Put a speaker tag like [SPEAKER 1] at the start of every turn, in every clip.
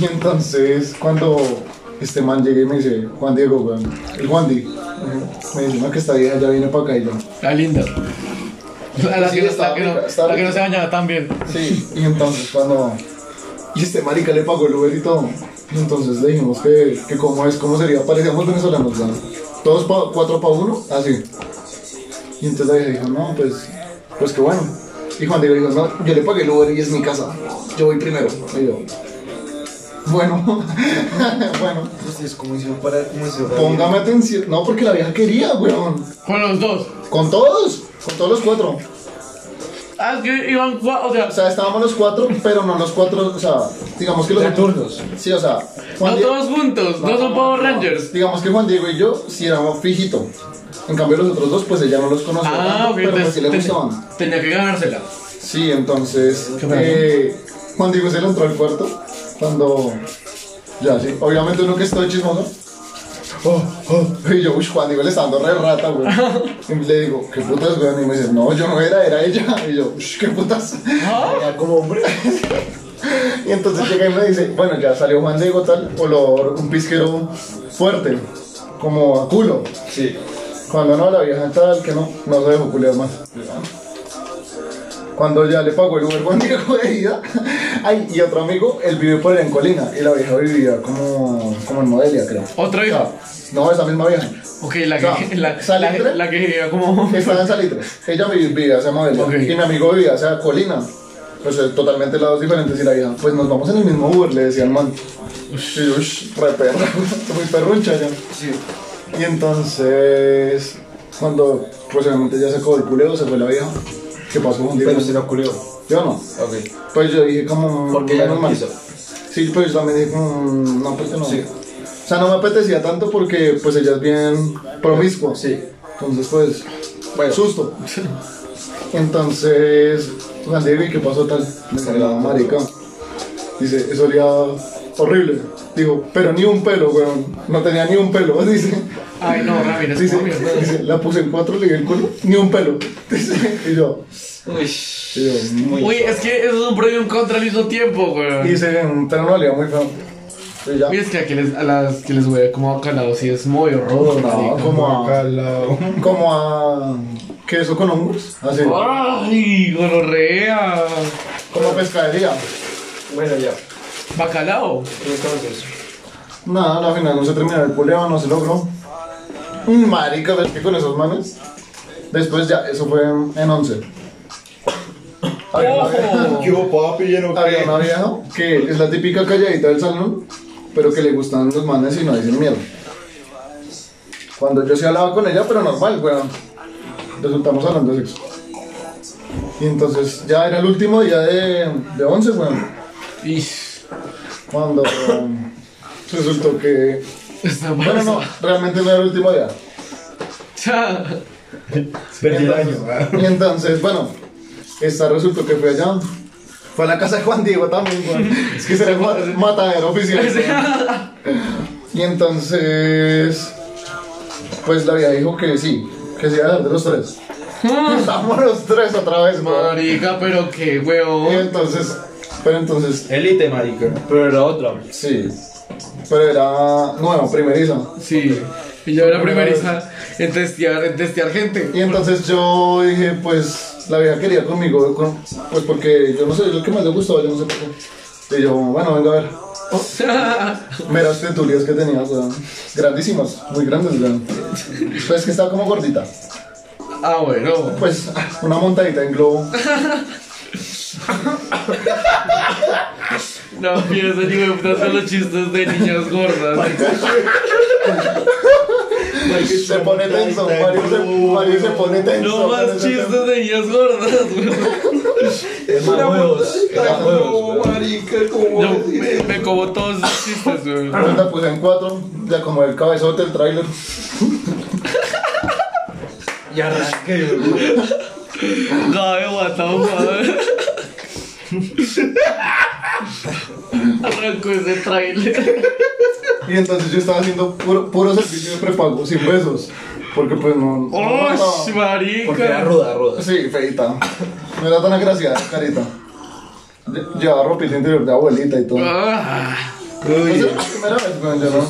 [SPEAKER 1] Y entonces, cuando este man llega y me dice, Juan Diego, weón, el Juan Di, me dice, no, que esta vieja ya viene para acá y yo,
[SPEAKER 2] La linda. La, la
[SPEAKER 1] Sí,
[SPEAKER 2] que, no-
[SPEAKER 1] está
[SPEAKER 2] la que no,
[SPEAKER 1] rica, está
[SPEAKER 2] la que no
[SPEAKER 1] rica.
[SPEAKER 2] se bañaba tan bien.
[SPEAKER 1] Sí, y entonces cuando... Y este marica le pagó el Uber y todo. Y entonces le dijimos que, que cómo es, cómo sería, parecíamos venezolanos, ¿sabes? Todos pa- cuatro para uno, así. Y entonces la vieja dijo, no, pues, pues que bueno. Y Juan Diego dijo, no, yo le pagué el Uber y es mi casa. Yo voy primero. Y yo, bueno, bueno,
[SPEAKER 3] Ustedes, ¿cómo hicieron para.? ¿Cómo hicieron para
[SPEAKER 1] póngame atención. No, porque la vieja quería, weón.
[SPEAKER 2] Con los dos.
[SPEAKER 1] Con todos, con todos los cuatro.
[SPEAKER 2] Ah, es que iban cua- o sea,
[SPEAKER 1] O sea, estábamos los cuatro, pero no los cuatro, o sea, digamos que los
[SPEAKER 3] De turnos.
[SPEAKER 1] Sí, o sea,
[SPEAKER 2] no
[SPEAKER 1] Die-
[SPEAKER 2] todos juntos, no son Power Rangers.
[SPEAKER 1] Digamos que Juan Diego y yo sí éramos fijito. En cambio los otros dos, pues ella no los conocía,
[SPEAKER 2] Ah,
[SPEAKER 1] tanto,
[SPEAKER 2] ok,
[SPEAKER 1] pero pues sí le
[SPEAKER 2] entonces
[SPEAKER 1] gustaban.
[SPEAKER 2] ten- tenía que ganársela.
[SPEAKER 1] Sí, entonces
[SPEAKER 2] ¿Qué pasó?
[SPEAKER 1] eh, Juan Diego se le entró al cuarto cuando ya sí. Obviamente uno que estoy chismoso. Oh, oh. Y yo, uy, Juan Diego le está dando re rata, güey. Y le digo, ¿qué putas, güey? Y me dice, no, yo no era, era ella. Y yo, uy, ¿qué putas?
[SPEAKER 3] Ya, como hombre.
[SPEAKER 1] Y entonces llega y me dice, bueno, ya salió Juan Diego tal, olor, un pisquero fuerte, como a culo.
[SPEAKER 3] Sí.
[SPEAKER 1] Cuando no, la vieja tal, que no, no se dejó culiar más. Cuando ya le pagó el Uber Juan Diego de ida, ay, y otro amigo, él vive por allá en Colina, y la vieja vivía como, como en Modelia, creo.
[SPEAKER 2] Otra
[SPEAKER 1] O sea,
[SPEAKER 2] vieja.
[SPEAKER 1] no, esa misma vieja.
[SPEAKER 2] Ok, la que.
[SPEAKER 1] No,
[SPEAKER 2] La,
[SPEAKER 1] ¿salitre?
[SPEAKER 2] la, la que vivía como.
[SPEAKER 1] Estaba en Salitres. Ella vivía, vivía hacia Modelia.
[SPEAKER 2] Ok.
[SPEAKER 1] Y mi amigo vivía hacia Colina. Pues eh, totalmente lados diferentes. Y la vieja, pues nos vamos en el mismo Uber, le decía el man. Y yo, "Ush, re perra, muy perruncha ya.
[SPEAKER 3] Sí.
[SPEAKER 1] Y entonces, cuando pues obviamente ya se acabó el culeo, se fue la vieja. ¿Qué pasó un día?
[SPEAKER 3] Pero se lo culió.
[SPEAKER 1] Yo no.
[SPEAKER 3] Ok.
[SPEAKER 1] Pues yo dije como...
[SPEAKER 3] Porque ella no
[SPEAKER 1] menos mal.
[SPEAKER 3] quiso.
[SPEAKER 1] Sí, pues yo también dije como... mm, No, pues que no.
[SPEAKER 3] Sí.
[SPEAKER 1] O sea, no me apetecía tanto porque pues ella es bien promiscua.
[SPEAKER 3] Sí.
[SPEAKER 1] Entonces pues...
[SPEAKER 3] Bueno.
[SPEAKER 1] Susto. Entonces... Juan Diego, ¿y qué pasó tal? Me salió la marica. Dice, eso olía horrible. Digo, pero ni un pelo, weón. No tenía ni un pelo, dice.
[SPEAKER 2] Ay, no, Ramírez.
[SPEAKER 1] Dice,
[SPEAKER 2] no, mierda.
[SPEAKER 1] dice, la puse en cuatro, le di el culo, ni un pelo. Dice, y yo,
[SPEAKER 3] Uy.
[SPEAKER 1] y yo,
[SPEAKER 3] Muy.
[SPEAKER 2] Uy, es que eso es un pro y un contra al mismo tiempo, güey.
[SPEAKER 1] dice, "Mm, pero no olía muy feo. Y ya,
[SPEAKER 2] Mira, es que a, que les, a las que les huele como a calado, sí es muy horror,
[SPEAKER 1] No,
[SPEAKER 2] marica.
[SPEAKER 1] como a, como a queso con hongos, así,
[SPEAKER 2] Ah. Ay, gonorrea.
[SPEAKER 1] como pescadería.
[SPEAKER 3] Bueno, ya.
[SPEAKER 2] Bacalao.
[SPEAKER 3] Entonces.
[SPEAKER 1] Nada, al final no se terminó el puleo, no se logró. Mm, Marica, ¿ves que con esos manes? Después ya, eso fue en, en 11. Había una vieja-
[SPEAKER 2] Ojo.
[SPEAKER 3] hubo, papi? Yo no
[SPEAKER 1] había una vieja que es la típica calladita del salón, pero que le gustan los manes y no dicen miedo. Cuando yo sí hablaba con ella, pero normal, weón. Resultamos hablando de sexo. Y entonces ya era el último día de, de 11, weón.
[SPEAKER 2] Y
[SPEAKER 1] Cuando weón, resultó que.
[SPEAKER 2] está
[SPEAKER 1] Bueno, no, realmente no era el último día.
[SPEAKER 2] Cha.
[SPEAKER 3] Perdí el año.
[SPEAKER 1] Y entonces, bueno, esta resultó que fue allá. Fue a la casa de Juan Diego también, weón. Es que será el ma- matadero oficial. weón. Y entonces, pues la vida dijo que sí, que sí iba a dar de los tres. Y Estamos los tres otra vez, man.
[SPEAKER 2] Marica, pero qué
[SPEAKER 1] Y
[SPEAKER 2] huevón.
[SPEAKER 1] entonces, pero entonces,
[SPEAKER 3] Elite, marica. Pero la otra.
[SPEAKER 1] sí. Pero era nueva, primeriza.
[SPEAKER 2] Sí. Y yo era primeriza en testear, en testear gente.
[SPEAKER 1] Y entonces yo dije, pues la vieja quería conmigo, con- pues porque yo no sé, es lo que más le gustaba, yo no sé por qué. Y yo, bueno, venga a ver. Meras tetulias que tenía, weón. Grandísimas, muy grandes, weón. Pues que estaba como gordita.
[SPEAKER 2] Ah, bueno.
[SPEAKER 1] Pues una montadita en globo.
[SPEAKER 2] No, mira, ese tipo de putas son los chistes de niñas gordas.
[SPEAKER 1] Se pone tenso, Mario se, Mario se pone tenso.
[SPEAKER 2] No más
[SPEAKER 1] Mario se-
[SPEAKER 2] chistes de niñas gordas, weón.
[SPEAKER 3] Es más huevos. Es más huevos.
[SPEAKER 4] marica, como
[SPEAKER 2] Yo me, me como todos esos chistes, weón.
[SPEAKER 1] Entonces la puse pues, en cuatro, ya como el cabezote, el trailer.
[SPEAKER 3] Y arranqué, güey.
[SPEAKER 2] Gabe, what the fuck. Arrancó ese trailer.
[SPEAKER 1] Y entonces yo estaba haciendo puro, puro servicio de prepago, sin besos. Porque pues no. no
[SPEAKER 2] ¡Oh,
[SPEAKER 1] aguantaba.
[SPEAKER 3] Porque era
[SPEAKER 2] marica!
[SPEAKER 3] ruda, ruda.
[SPEAKER 1] sí, feita. No era tan agraciada, carita. Llevaba ropita interior de abuelita y todo.
[SPEAKER 2] Ah,
[SPEAKER 1] Esa era la primera vez, weón, yo no.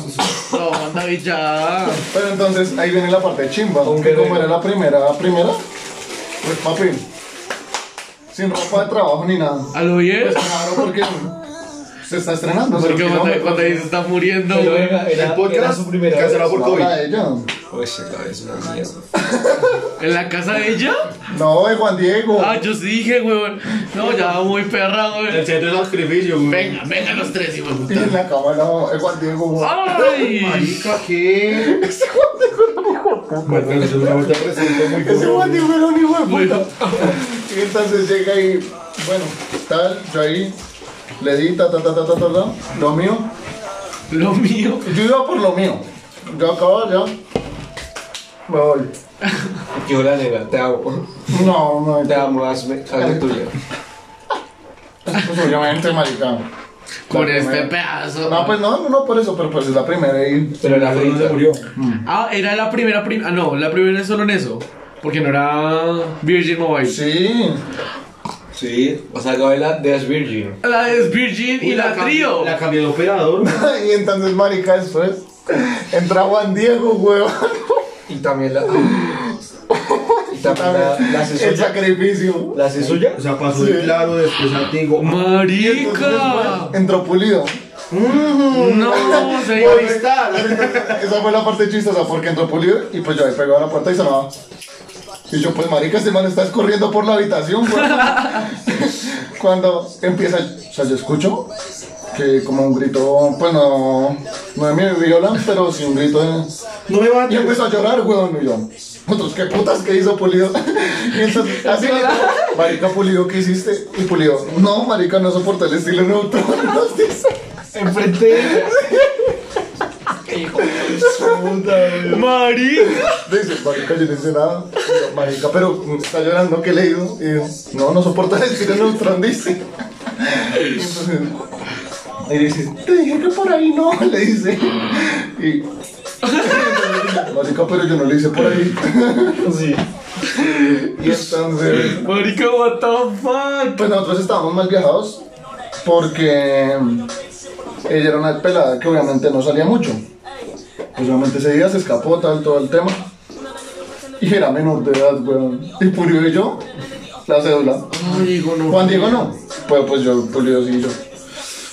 [SPEAKER 2] no, David, ya.
[SPEAKER 1] Pero entonces ahí viene la parte chimba,
[SPEAKER 3] Aunque
[SPEAKER 1] que como
[SPEAKER 3] de-
[SPEAKER 1] era la primera, primera, pues papi, sin ropa de trabajo ni nada.
[SPEAKER 2] ¿A lo bien?
[SPEAKER 1] Pues claro, porque se está estrenando. es el
[SPEAKER 2] Porque cuando,
[SPEAKER 1] kilómetro.
[SPEAKER 2] cuando ahí se está muriendo,
[SPEAKER 3] Pero
[SPEAKER 2] güey.
[SPEAKER 3] era, era,
[SPEAKER 4] El podcast
[SPEAKER 3] era su primera vez.
[SPEAKER 4] cancelado por
[SPEAKER 1] No,
[SPEAKER 4] COVID.
[SPEAKER 1] la de ella.
[SPEAKER 4] Uy, se acaba, es una mierda.
[SPEAKER 2] ¿En la casa de ella?
[SPEAKER 1] No, de Juan Diego.
[SPEAKER 2] Ah, yo sí dije, güey. No, ya va muy perra,
[SPEAKER 4] El
[SPEAKER 2] güey.
[SPEAKER 4] centro de sacrificio, güey.
[SPEAKER 2] Venga, venga los tres, hijo de
[SPEAKER 1] Y
[SPEAKER 2] puta.
[SPEAKER 1] en la cama no, de Juan Diego. güey.
[SPEAKER 2] ¡Ay!
[SPEAKER 4] Marica, ¿qué?
[SPEAKER 1] Ese Juan Diego era un hijo de puta.
[SPEAKER 3] Bueno, es una vuelta presente muy
[SPEAKER 1] Ese Ah, Juan Diego era un hijo de
[SPEAKER 2] Muy-
[SPEAKER 1] puta. Y entonces llega y, bueno, tal, yo ahí le di, ta, ta, ta, ta, ta, ta, ta, lo mío.
[SPEAKER 2] Lo mío.
[SPEAKER 1] Yo iba por lo mío. Yo acabo ya. Me voy.
[SPEAKER 4] Qué hola, nena, te amo.
[SPEAKER 1] No, no,
[SPEAKER 4] Te
[SPEAKER 1] no.
[SPEAKER 4] amo, hazme, hazme tuya.
[SPEAKER 1] Pues obviamente, marica.
[SPEAKER 2] Con
[SPEAKER 1] La
[SPEAKER 2] este
[SPEAKER 1] primera.
[SPEAKER 2] pedazo.
[SPEAKER 1] No, pues no, no, no por eso, pero pues es la primera y.
[SPEAKER 4] Pero era
[SPEAKER 3] ¿Dónde
[SPEAKER 4] frita.
[SPEAKER 3] murió?
[SPEAKER 2] Ah, era la primera. prim- ah, no, la primera es solo en eso. Porque no era Virgin Mobile.
[SPEAKER 1] Sí.
[SPEAKER 4] Sí, o sea, Gabriela Dash Virgin.
[SPEAKER 2] La es Virgin y la, trío.
[SPEAKER 3] La cambió de operador.
[SPEAKER 1] Y entonces, marica, después entra Juan Diego, huevón.
[SPEAKER 4] Y también la. Y también la, la
[SPEAKER 1] El
[SPEAKER 4] suya.
[SPEAKER 1] sacrificio.
[SPEAKER 4] ¿La hace suya?
[SPEAKER 3] O sea, pasó de
[SPEAKER 1] Sí.
[SPEAKER 3] claro, después antiguo.
[SPEAKER 1] Entonces,
[SPEAKER 2] Marica.
[SPEAKER 1] después, entró pulido.
[SPEAKER 2] No, señor.
[SPEAKER 3] Movistar.
[SPEAKER 1] Esa fue la parte chistosa porque entró pulido y pues yo ahí pegaba la puerta y sonaba. Y yo, pues marica, este man está escorriendo por la habitación, güey. Cuando empieza, o sea, yo escucho que como un grito, pues no, no de mi violan, pero sí un grito de...
[SPEAKER 3] No me
[SPEAKER 1] Y
[SPEAKER 3] mates.
[SPEAKER 1] empezó a llorar, weón, y yo, otros qué putas que hizo Pulido. Y entonces, así le digo, marica Pulido, ¿qué hiciste? Y Pulido, no, marica, no soporté el estilo neutro. Nos dice,
[SPEAKER 4] Enfrente de
[SPEAKER 2] Marica.
[SPEAKER 1] dice, marica, yo no hice nada. Y yo, marica, pero está llorando, ¿qué le digo? Y yo, no, no soporta el estilo neutro, dice. Y entonces, y dice, te dije que por ahí no, le dice. Y... Marica, pero yo no le hice por ahí.
[SPEAKER 3] Sí.
[SPEAKER 1] Y entonces...
[SPEAKER 2] Marica, what the fuck.
[SPEAKER 1] Pues nosotros estábamos mal viajados porque ella era una pelada que obviamente no salía mucho. Pues obviamente ese día se escapó, tal, todo el tema. Y era menor de edad, weón. Y Pulido y yo, la cédula.
[SPEAKER 2] Ay, digo, no.
[SPEAKER 1] Juan Diego no. Pues, pues yo, Pulido sí y yo.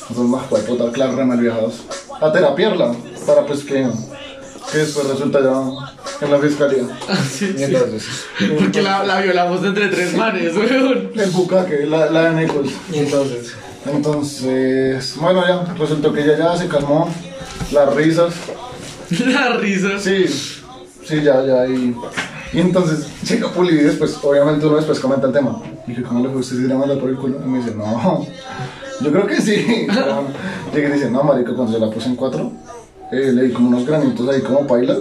[SPEAKER 1] Nosotros más de puta, claro, re mal viajados. A terapierla, para pues que, que después resulta ya en la fiscalía.
[SPEAKER 2] Sí,
[SPEAKER 4] Y
[SPEAKER 2] sí.
[SPEAKER 4] entonces.
[SPEAKER 2] Porque la, la violamos entre tres manes, weón.
[SPEAKER 1] El bucaque, la, la de Nichols.
[SPEAKER 4] Y entonces.
[SPEAKER 1] Entonces, bueno, ya, resultó que ella ya se calmó, las risas,
[SPEAKER 2] Las risas.
[SPEAKER 1] sí, sí, ya, ya, y, y entonces llega Puli y después, obviamente uno después comenta el tema. Y dije, ¿cómo le fue? ¿Usted se tirando por el culo? Y me dice, no, yo creo que sí. Pero, Llega y dice, no, marica, cuando se la puse en cuatro, eh, le di como unos granitos ahí como pailas,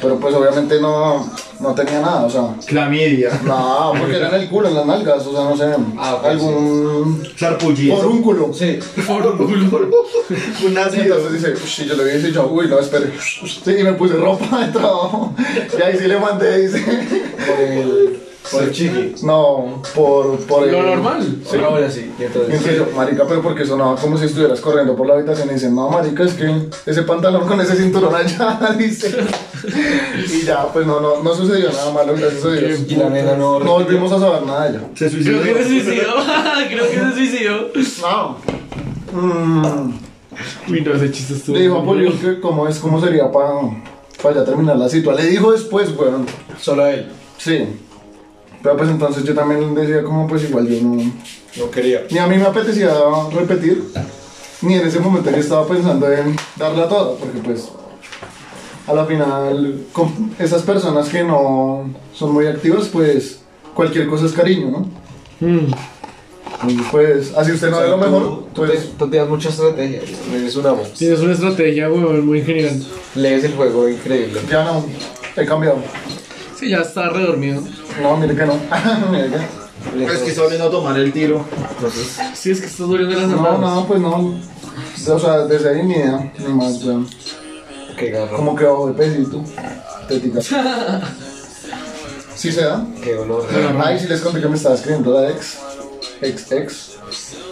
[SPEAKER 1] pero pues obviamente no, no tenía nada, o sea...
[SPEAKER 3] Clamidia.
[SPEAKER 1] No, porque era en el culo, en las nalgas, o sea, no sé,
[SPEAKER 4] Ah, pues,
[SPEAKER 1] algún...
[SPEAKER 3] Sarpullido.
[SPEAKER 1] Porúnculo.
[SPEAKER 3] Sí.
[SPEAKER 2] Por un culo.
[SPEAKER 3] Un
[SPEAKER 1] Y entonces dice, "Ush", y yo le había dicho, uy, no, espere, ush, ush, sí, y me puse ropa de trabajo. Y ahí sí le mandé, dice,
[SPEAKER 4] Por el. Por el chiqui.
[SPEAKER 1] no, por, por el...
[SPEAKER 2] Lo normal.
[SPEAKER 4] Sí. Ahora ahora sí. Y
[SPEAKER 1] Y
[SPEAKER 4] entonces.
[SPEAKER 1] entonces yo, marica, pero porque sonaba como si estuvieras corriendo por la habitación y dice, no, marica, es que ese pantalón con ese cinturón allá, dice. Y ya, pues no, no, no sucedió nada malo, gracias a Dios.
[SPEAKER 4] Y la nena no.
[SPEAKER 1] No volvimos a saber nada de ella.
[SPEAKER 3] Se suicidó.
[SPEAKER 2] Creo que se suicidó. Creo que se suicidó.
[SPEAKER 1] No. Mm,
[SPEAKER 2] Uy, no, ese chiste estuvo.
[SPEAKER 1] le dijo a
[SPEAKER 2] muy
[SPEAKER 1] Polio que cómo es, cómo sería para ya terminar la cita. Le dijo después, weón.
[SPEAKER 4] Solo a él.
[SPEAKER 1] Sí. Pero pues entonces yo también decía como pues igual yo no...
[SPEAKER 4] No quería.
[SPEAKER 1] Ni a mí me apetecía repetir, ni en ese momento yo estaba pensando en darla toda, porque pues a la final con esas personas que no son muy activas, pues cualquier cosa es cariño, ¿no?
[SPEAKER 2] Mm.
[SPEAKER 1] Entonces, Pues así usted no
[SPEAKER 4] O sea,
[SPEAKER 1] es lo
[SPEAKER 4] tú-
[SPEAKER 1] mejor,
[SPEAKER 4] tú,
[SPEAKER 1] pues...
[SPEAKER 4] te- tú tienes mucha estrategia. Eres un amo.
[SPEAKER 2] Tienes una estrategia, weón, muy genial.
[SPEAKER 4] Lees el juego increíble.
[SPEAKER 1] Ya no, he cambiado.
[SPEAKER 2] Sí, ya está redormido.
[SPEAKER 1] No, mire que no. mire que...
[SPEAKER 3] Es Pues que está volviendo a tomar el tiro. Entonces.
[SPEAKER 2] Sí, es que estás doliendo las
[SPEAKER 1] No,
[SPEAKER 2] hermanas.
[SPEAKER 1] no, pues no. O sea, desde ahí ni idea, ni más, weón.
[SPEAKER 4] Qué garra.
[SPEAKER 1] Como que bajo de pesito. Tética. ¿Sí se da?
[SPEAKER 4] Qué honor.
[SPEAKER 1] Ay, si les conté que me estaba escribiendo la ex. Ex, ex.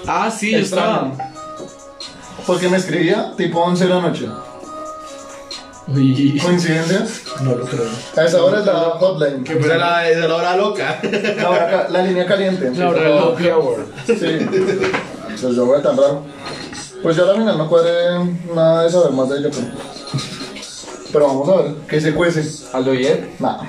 [SPEAKER 2] Ah, sí, yo
[SPEAKER 1] Extraño.
[SPEAKER 2] estaba.
[SPEAKER 1] Porque me escribía tipo 11 de la noche.
[SPEAKER 2] Uy,
[SPEAKER 1] ¿Coincidencia?
[SPEAKER 4] No lo creo.
[SPEAKER 1] A esa hora es la hotline.
[SPEAKER 2] qué
[SPEAKER 3] Esa es
[SPEAKER 2] pena.
[SPEAKER 3] la, esa es la hora loca.
[SPEAKER 1] La, hora ca- la línea caliente.
[SPEAKER 2] La hora loca.
[SPEAKER 1] Sí. Pues yo voy tan raro. Pues yo a la final no cuadré nada de saber más de ello. Pero, pero vamos a ver, que se cuece.
[SPEAKER 4] ¿Aldo bien?
[SPEAKER 1] Nada.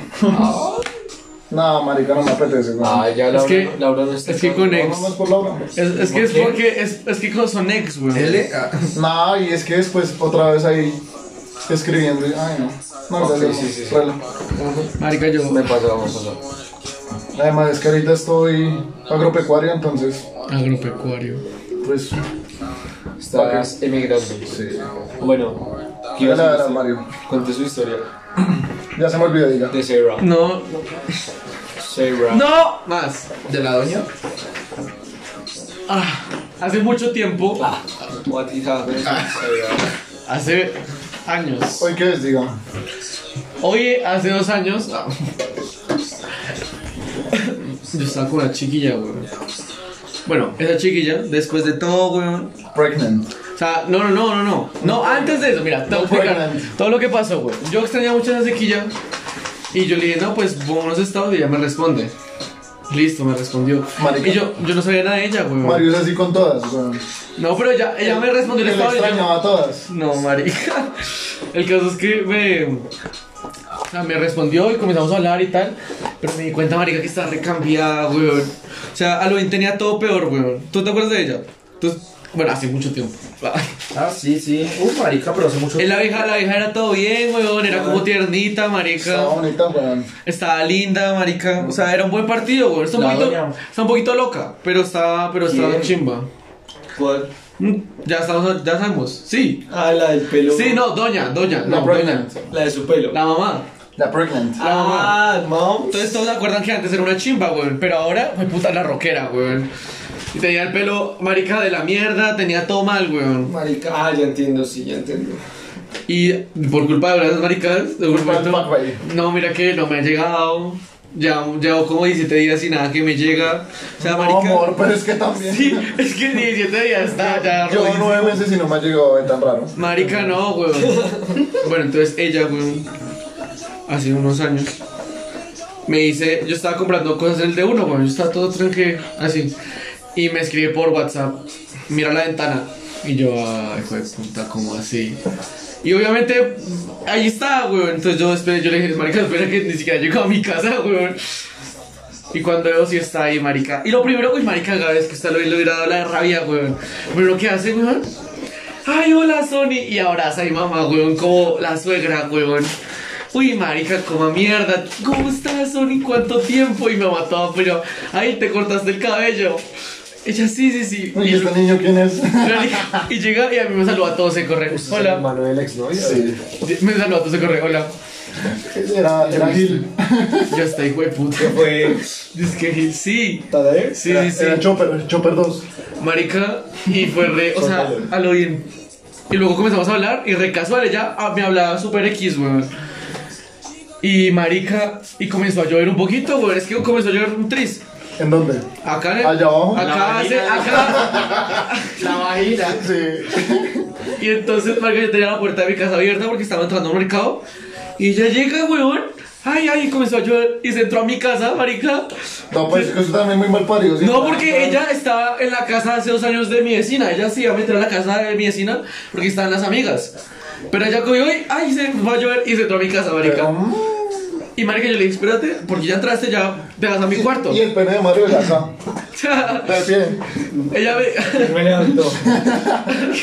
[SPEAKER 1] Nada, marica, no me apetece. güey.
[SPEAKER 4] Ah, ya Laura,
[SPEAKER 2] Es que-
[SPEAKER 4] Laura no está.
[SPEAKER 2] Es que
[SPEAKER 4] con
[SPEAKER 2] con
[SPEAKER 1] No,
[SPEAKER 2] ex.
[SPEAKER 1] no, no es por la hora.
[SPEAKER 2] Es, es que es
[SPEAKER 4] ¿Por qué?
[SPEAKER 2] porque. Es, es que con- son ex, güey.
[SPEAKER 4] L. ah,
[SPEAKER 1] Nada, y es que después otra vez ahí escribiendo. y, Ay, no. No,
[SPEAKER 4] Ok,
[SPEAKER 1] gracias,
[SPEAKER 4] sí, sí, sí.
[SPEAKER 1] rela.
[SPEAKER 2] Marica, yo.
[SPEAKER 4] Me pasa, vamos a hablar.
[SPEAKER 1] Además, es que ahorita estoy agropecuario, entonces,
[SPEAKER 2] Agropecuario.
[SPEAKER 1] pues.
[SPEAKER 4] Estás emigrando.
[SPEAKER 1] Sí.
[SPEAKER 4] Bueno,
[SPEAKER 1] Voy a
[SPEAKER 4] ¿qué ibas
[SPEAKER 1] la
[SPEAKER 4] a
[SPEAKER 1] verdad,
[SPEAKER 4] decir?
[SPEAKER 1] Mario.
[SPEAKER 4] Conté su historia.
[SPEAKER 1] Ya se me olvidó, diga.
[SPEAKER 4] De Sarah.
[SPEAKER 2] No.
[SPEAKER 4] Sarah.
[SPEAKER 2] ¡No! Más.
[SPEAKER 3] ¿De la doña?
[SPEAKER 2] Ah, hace mucho tiempo.
[SPEAKER 4] What is happening?
[SPEAKER 3] Ah.
[SPEAKER 4] Sarah.
[SPEAKER 2] Ah. Hace años.
[SPEAKER 1] Hoy qué es, diga.
[SPEAKER 2] Oye, hace dos años. ah. Yo estaba con una chiquilla, güey. Bueno, esa chiquilla, después de todo, güey.
[SPEAKER 1] Pregnant.
[SPEAKER 2] O sea, no, no, no, no, no. No, antes de eso, mira, te voy a explicar
[SPEAKER 1] pregnant.
[SPEAKER 2] todo lo que pasó, güey. Yo extrañaba mucho a esa chiquilla y yo le dije, no, pues vámonos a Estados y ella me responde. Listo, me respondió.
[SPEAKER 1] Marica.
[SPEAKER 2] Y yo, yo no sabía nada de ella, güey.
[SPEAKER 1] Mario es así con todas, güey.
[SPEAKER 2] No, pero ella, ella me respondió el
[SPEAKER 1] Que le
[SPEAKER 2] estado y yo-
[SPEAKER 1] extrañaba a todas.
[SPEAKER 2] No, marica. El caso es que me. o sea, me respondió y comenzamos a hablar y tal. Pero me di cuenta, marica, que estaba recambiada, weón. O sea, a lo bien tenía todo peor, weón. ¿Tú te acuerdas de ella? Tú- bueno, hace mucho tiempo.
[SPEAKER 3] Ah, sí, sí. Uh, marica, pero hace mucho
[SPEAKER 2] En la vieja, la vieja era todo bien, weón. Era como tiernita, marica.
[SPEAKER 1] Estaba bonita, weón.
[SPEAKER 2] Estaba linda, marica. O sea, era un buen partido, weón. Está un,
[SPEAKER 3] La
[SPEAKER 2] poquito,
[SPEAKER 3] doña.
[SPEAKER 2] está un poquito loca, pero está, pero está
[SPEAKER 4] ¿Quién?
[SPEAKER 2] chimba.
[SPEAKER 4] ¿Cuál?
[SPEAKER 2] Mm, Ya, estamos, ya sabemos. Sí.
[SPEAKER 4] Ah, la del pelo.
[SPEAKER 2] Sí, no, doña, doña.
[SPEAKER 1] La
[SPEAKER 2] No, doña.
[SPEAKER 1] pregnant.
[SPEAKER 4] La de su pelo.
[SPEAKER 2] La mamá.
[SPEAKER 1] La pregnant.
[SPEAKER 4] Ah, mom.
[SPEAKER 2] Entonces todos se acuerdan que antes era una chimba, weón. Pero ahora, fue puta la rockera, weón. Y tenía el pelo marica de la mierda, tenía todo mal, weón.
[SPEAKER 4] Marica. Ah, ya entiendo, sí, ya entiendo.
[SPEAKER 2] Y por culpa de las maricas, de un
[SPEAKER 1] Culpa del
[SPEAKER 2] momento-
[SPEAKER 1] Pac-Bay.
[SPEAKER 2] No, mira que no me ha llegado. Ya llevo como 17 días y nada que me llega. O sea,
[SPEAKER 1] No,
[SPEAKER 2] marica.
[SPEAKER 1] Oh, amor, pero es que también.
[SPEAKER 2] Sí, es que 17 días está ya.
[SPEAKER 1] Yo
[SPEAKER 2] jodidísimo.
[SPEAKER 1] nueve meses y no me ha llegado eh, tan raro.
[SPEAKER 2] Marica no, weón. Bueno, entonces ella, weón, hace unos años, me dice, yo estaba comprando cosas en el de uno, weón, yo estaba todo tranquilo, así. Y me escribe por WhatsApp, mira la ventana. Y yo, ay, hijo de puta, como así. Y obviamente, ahí está, weón. Entonces yo, esperé, yo le dije, marica, espera que ni siquiera llego a mi casa, weón. Y cuando veo si está ahí, marica. Y lo primero, uy, marica, cada vez que está lo, lo hubiera dado la rabia, weón. Pero lo que hace, weón. Ay, hola, Sony. Y abraza a mi mamá, weón, como la suegra, weón. Uy, marica, como a mierda. ¿Cómo estás, Sony? ¿Cuánto tiempo? Y me mató, pero. Ay, te cortaste el cabello. Ella, sí, sí, sí.
[SPEAKER 1] ¿Y este niño quién es?
[SPEAKER 2] y llega y a mí me saluda a todos se corre. Hola.
[SPEAKER 4] hermano del exnovio?
[SPEAKER 1] Sí.
[SPEAKER 2] Me saluda a todos se corre. Hola.
[SPEAKER 1] Era, era Gil.
[SPEAKER 2] Ya está, hijo de puta.
[SPEAKER 4] Fue.
[SPEAKER 2] Dice que sí.
[SPEAKER 4] ¿Tadeo?
[SPEAKER 2] Sí,
[SPEAKER 1] Era-
[SPEAKER 2] sí, sí.
[SPEAKER 1] Era Chopper, Chopper 2.
[SPEAKER 2] Marica, y fue re, o sea, a lo bien. Y luego comenzamos a hablar, y re casual, ella ah, me hablaba super X, weón. Y marica, y comenzó a llover un poquito, weón. Es que comenzó a llover un tris.
[SPEAKER 1] ¿En dónde?
[SPEAKER 2] Acá en el-
[SPEAKER 1] Allá abajo.
[SPEAKER 2] Acá
[SPEAKER 3] La
[SPEAKER 2] hace,
[SPEAKER 3] vagina.
[SPEAKER 2] acá.
[SPEAKER 3] La vagina.
[SPEAKER 1] Sí.
[SPEAKER 2] Y entonces, marica, yo tenía la puerta de mi casa abierta porque estaba entrando a un mercado. Y ella llega, weón. Ay, ay, comenzó a llover. Y se entró a mi casa, marica.
[SPEAKER 1] No, pues es que eso también muy mal parido. ¿sí?
[SPEAKER 2] No, porque ella estaba en la casa hace dos años de mi vecina. Ella se iba a meter a la casa de mi vecina porque estaban las amigas. Pero ella cogió y, ay, se va a llover y se entró a mi casa,
[SPEAKER 1] Pero,
[SPEAKER 2] marica.
[SPEAKER 1] mm,
[SPEAKER 2] Y marica, yo le dije, espérate, porque ya entraste, ya te vas a mi cuarto.
[SPEAKER 1] Y el pene de Mario es acá. De pie.
[SPEAKER 2] ella me...
[SPEAKER 4] Me levantó.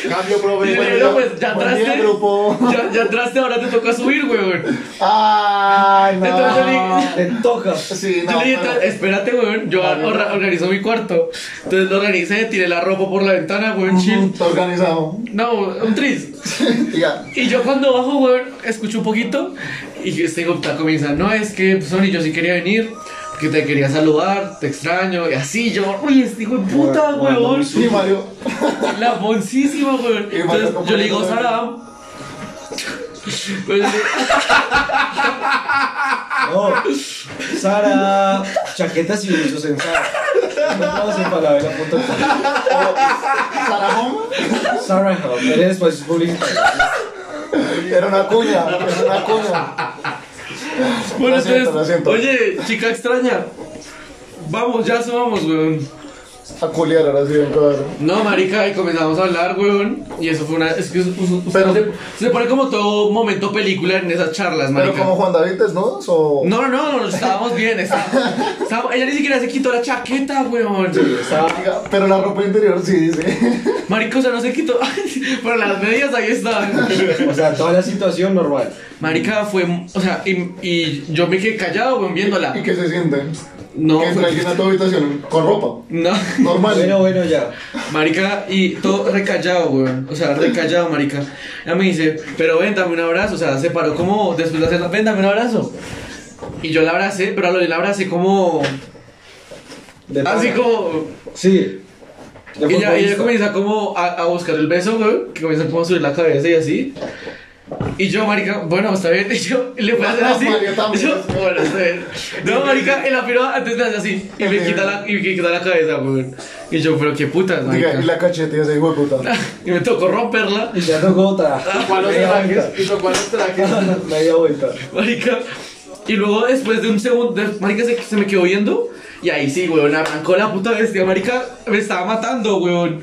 [SPEAKER 3] Cambio
[SPEAKER 2] Y yo le
[SPEAKER 3] profe.
[SPEAKER 2] dije, no, pues ya
[SPEAKER 1] Buen día,
[SPEAKER 2] entraste.
[SPEAKER 1] grupo.
[SPEAKER 2] Ya, ya entraste, ahora te toca subir, weón.
[SPEAKER 1] Ay, no.
[SPEAKER 2] Entonces yo le-
[SPEAKER 4] Te toca.
[SPEAKER 1] Sí, Ah. no.
[SPEAKER 2] Yo le dije,
[SPEAKER 1] pero-
[SPEAKER 2] espérate, weón, yo
[SPEAKER 1] Vale.
[SPEAKER 2] orga- organizo mi cuarto. Entonces lo organicé, tiré la ropa por la ventana, weón,
[SPEAKER 1] Mm,
[SPEAKER 2] chill.
[SPEAKER 1] Está organizado.
[SPEAKER 2] No, un tris.
[SPEAKER 1] Ya.
[SPEAKER 2] Y yo cuando bajo, weón, escucho un poquito y este gopta comienza, no, es que, Sony, yo sí quería venir, porque te quería saludar, te extraño, y así yo, uy, este hijo de puta, weón,
[SPEAKER 1] Sí, Mario.
[SPEAKER 2] la boncísima, weón.
[SPEAKER 1] Y
[SPEAKER 2] Entonces
[SPEAKER 1] Mario,
[SPEAKER 2] yo le digo,
[SPEAKER 1] ¿cómo le
[SPEAKER 2] Sara, pues,
[SPEAKER 4] No. Sara. Chaquetas y buzos en Sara.
[SPEAKER 5] Vamos en palavra.com.
[SPEAKER 1] Sarajón
[SPEAKER 5] Sarah Hub. Ele depois publicitário.
[SPEAKER 1] era una cuña, era una cuña.
[SPEAKER 2] Bueno,
[SPEAKER 1] Lo siento, lo
[SPEAKER 2] entonces,
[SPEAKER 1] siento.
[SPEAKER 2] oye, chica extraña. Vamos, ya subamos, weón.
[SPEAKER 1] A culiar ahora sí, claro.
[SPEAKER 2] No, marica, y comenzamos a hablar, weón. Y eso fue una. Es que us- us- usted
[SPEAKER 1] Pero-
[SPEAKER 2] se, se pone como todo momento película en esas charlas, marica.
[SPEAKER 1] Pero como Juan David desnudos o.
[SPEAKER 2] No, no, no, no, estábamos bien. Estábamos, estábamos- ella ni siquiera se quitó la chaqueta, weón.
[SPEAKER 1] Marica, Pero la ropa interior sí dice.
[SPEAKER 2] Marica, o sea, no se quitó. Pero las medias ahí estaban.
[SPEAKER 5] O sea, toda la situación normal.
[SPEAKER 2] Marica fue. O sea, y, y yo me quedé callado, weón, viéndola.
[SPEAKER 1] ¿Y qué se siente?
[SPEAKER 2] No, pues,
[SPEAKER 1] Que entra alguien a tu habitación con ropa.
[SPEAKER 2] no.
[SPEAKER 1] Normal.
[SPEAKER 5] Bueno, bueno, ya.
[SPEAKER 2] Marica, y todo recallado, weón. O sea, recallado, marica. Ella me dice, pero ven, dame un abrazo. O sea, se paró como después de hacer, ven, dame un abrazo. Y yo la abracé, pero a lo de la abracé como.
[SPEAKER 5] De
[SPEAKER 3] Ah,
[SPEAKER 2] Así
[SPEAKER 5] pana.
[SPEAKER 2] como.
[SPEAKER 5] Sí. De
[SPEAKER 2] Y ella, ella
[SPEAKER 5] futbolista.
[SPEAKER 2] comienza como a, a buscar el beso, weón. Que comienza como a subir la cabeza y así. Y yo, marica, bueno, está bien. Y yo y le voy a hacer así.
[SPEAKER 1] Ah, Mario también.
[SPEAKER 2] Yo, bueno, está bien. No, marica, en la piroa antes me hace así. Y me quita la, y me quita la cabeza, weón. Y yo, pero qué putas,
[SPEAKER 1] Diga,
[SPEAKER 2] marica. Ah,
[SPEAKER 1] y la cachete ese hijo de puta.
[SPEAKER 2] y me tocó romperla.
[SPEAKER 5] Y ya tocó otra.
[SPEAKER 3] ¿Cuál los trajes? ¿Y con cuál los trajes?
[SPEAKER 5] Media vuelta.
[SPEAKER 2] Marica. Y luego después de un segundo, de- Marica se, se me quedó viendo. Y ahí sí, weón, arrancó la puta bestia. Marica me estaba matando, weón.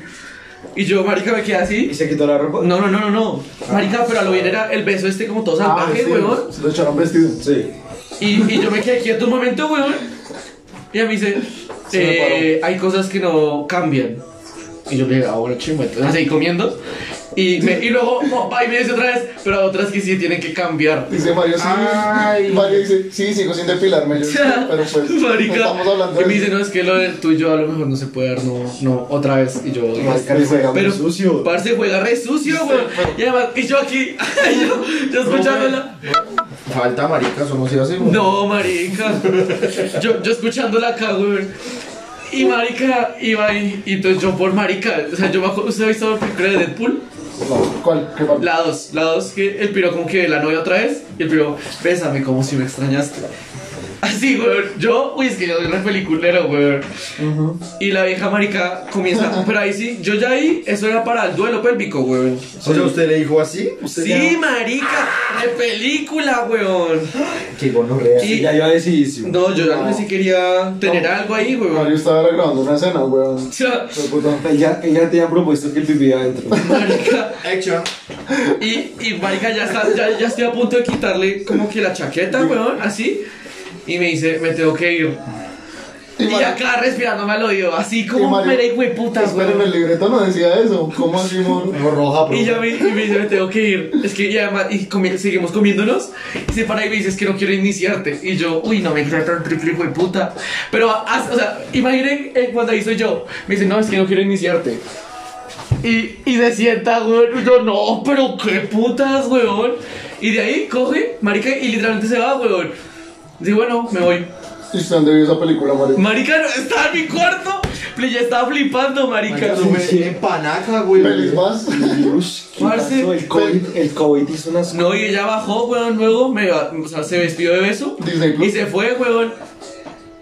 [SPEAKER 2] Y yo, Marica, me quedé
[SPEAKER 5] ¿Y
[SPEAKER 2] así.
[SPEAKER 5] se quitó la ropa?
[SPEAKER 2] No, no, no, no, no. Marica, pero a lo bien era el beso este como todo
[SPEAKER 1] Ah,
[SPEAKER 2] salvaje, weón.
[SPEAKER 1] Se lo echaron vestido.
[SPEAKER 5] Sí.
[SPEAKER 2] Y, y yo me quedé quieto un momento, weón. Y ella me dice, eh, hay cosas que no cambian. Y yo le dije, ah, bueno, chingo, entonces así comiendo. Y, me, y luego, oh, va, y me dice otra vez, pero otras que sí tienen que cambiar.
[SPEAKER 1] Dice Mario, sí.
[SPEAKER 3] Ay.
[SPEAKER 1] Mario dice, sí, sigo sin depilarme. Yo, pero pues,
[SPEAKER 2] Marica,
[SPEAKER 1] no estamos hablando
[SPEAKER 2] y me
[SPEAKER 1] de
[SPEAKER 2] dice, no, es que lo del tuyo a lo mejor no se puede dar, no, no, otra vez. Y yo,
[SPEAKER 5] Marica, le juega muy
[SPEAKER 2] pero,
[SPEAKER 5] sucio.
[SPEAKER 2] parce, juega re sucio, weón. Y además, y yo aquí, yo, yo escuchándola.
[SPEAKER 3] Falta marica, somos hijos y
[SPEAKER 2] No, marica. Yo, yo escuchándola acá, weón. Y marica, iba ahí. Y entonces yo por marica, o sea, yo me acuerdo, ¿usted ha visto la película de Deadpool?
[SPEAKER 1] No, ¿Cuál? ¿Qué parte?
[SPEAKER 2] La dos, la dos, que el piro como que la novia otra vez. Y el piro, bésame como si me extrañaste. Así, weón. Yo, uy, es que yo soy re peliculero, weón. Y la vieja marica comienza. Pero ahí sí, yo ya ahí, eso era para el duelo pélvico, weón.
[SPEAKER 3] O sea, ¿usted le dijo así? ¿Usted
[SPEAKER 2] Sí, marica, de película, weón.
[SPEAKER 3] Qué gonorrea.
[SPEAKER 2] Y-
[SPEAKER 5] Ya iba decidísimo.
[SPEAKER 2] No, yo realmente sí quería tener algo ahí,
[SPEAKER 1] Mario
[SPEAKER 2] weón.
[SPEAKER 1] estaba grabando una escena, weón.
[SPEAKER 2] O sea,
[SPEAKER 1] Hijo de puta.
[SPEAKER 5] Ella, ella te había propuesto que él vivía adentro.
[SPEAKER 2] marica,
[SPEAKER 3] Action.
[SPEAKER 2] y, y marica, ya, está, ya, ya estoy a punto de quitarle como que la chaqueta, weón, así. Y me dice, me tengo que ir.
[SPEAKER 1] Y
[SPEAKER 2] Y
[SPEAKER 1] Mario-
[SPEAKER 2] acá respirándome al oído, así
[SPEAKER 1] Y
[SPEAKER 2] como
[SPEAKER 1] Mario-
[SPEAKER 2] me güey, putas,
[SPEAKER 1] Pero en
[SPEAKER 2] weón.
[SPEAKER 1] el libreto no decía eso. ¿Cómo así, mon?
[SPEAKER 3] roja,
[SPEAKER 2] Y ya me, y me dice, me tengo que ir. Es que, y además, y comi- seguimos comiéndonos. Y se para y me dice, es que no quiero iniciarte. Y yo, uy, no me quiero tan triple, hijo de puta. Pero, haz- o sea, imaginen eh, cuando ahí soy yo. Me dice, no, es que no quiero iniciarte. Y, y se sienta, güey. Y yo, no, pero qué putas, weón. Y de ahí coge, marica, y literalmente se va, weón. Dice, bueno, me voy.
[SPEAKER 1] ¿Y usted dónde vio esa película, Mario?
[SPEAKER 2] Marica, no, estaba en mi cuarto. Play, Ya estaba flipando, marica.
[SPEAKER 3] Marica,
[SPEAKER 5] sí.
[SPEAKER 3] sube en panaca, güey.
[SPEAKER 1] ¿Feliz más?
[SPEAKER 5] Dios, ¿qué
[SPEAKER 2] Parce.
[SPEAKER 5] pasó? El COVID, el COVID hizo unas...
[SPEAKER 2] No, y ella bajó, weón, luego, me, o sea, se vestió de beso
[SPEAKER 1] Disney Plus.
[SPEAKER 2] y se fue, weón.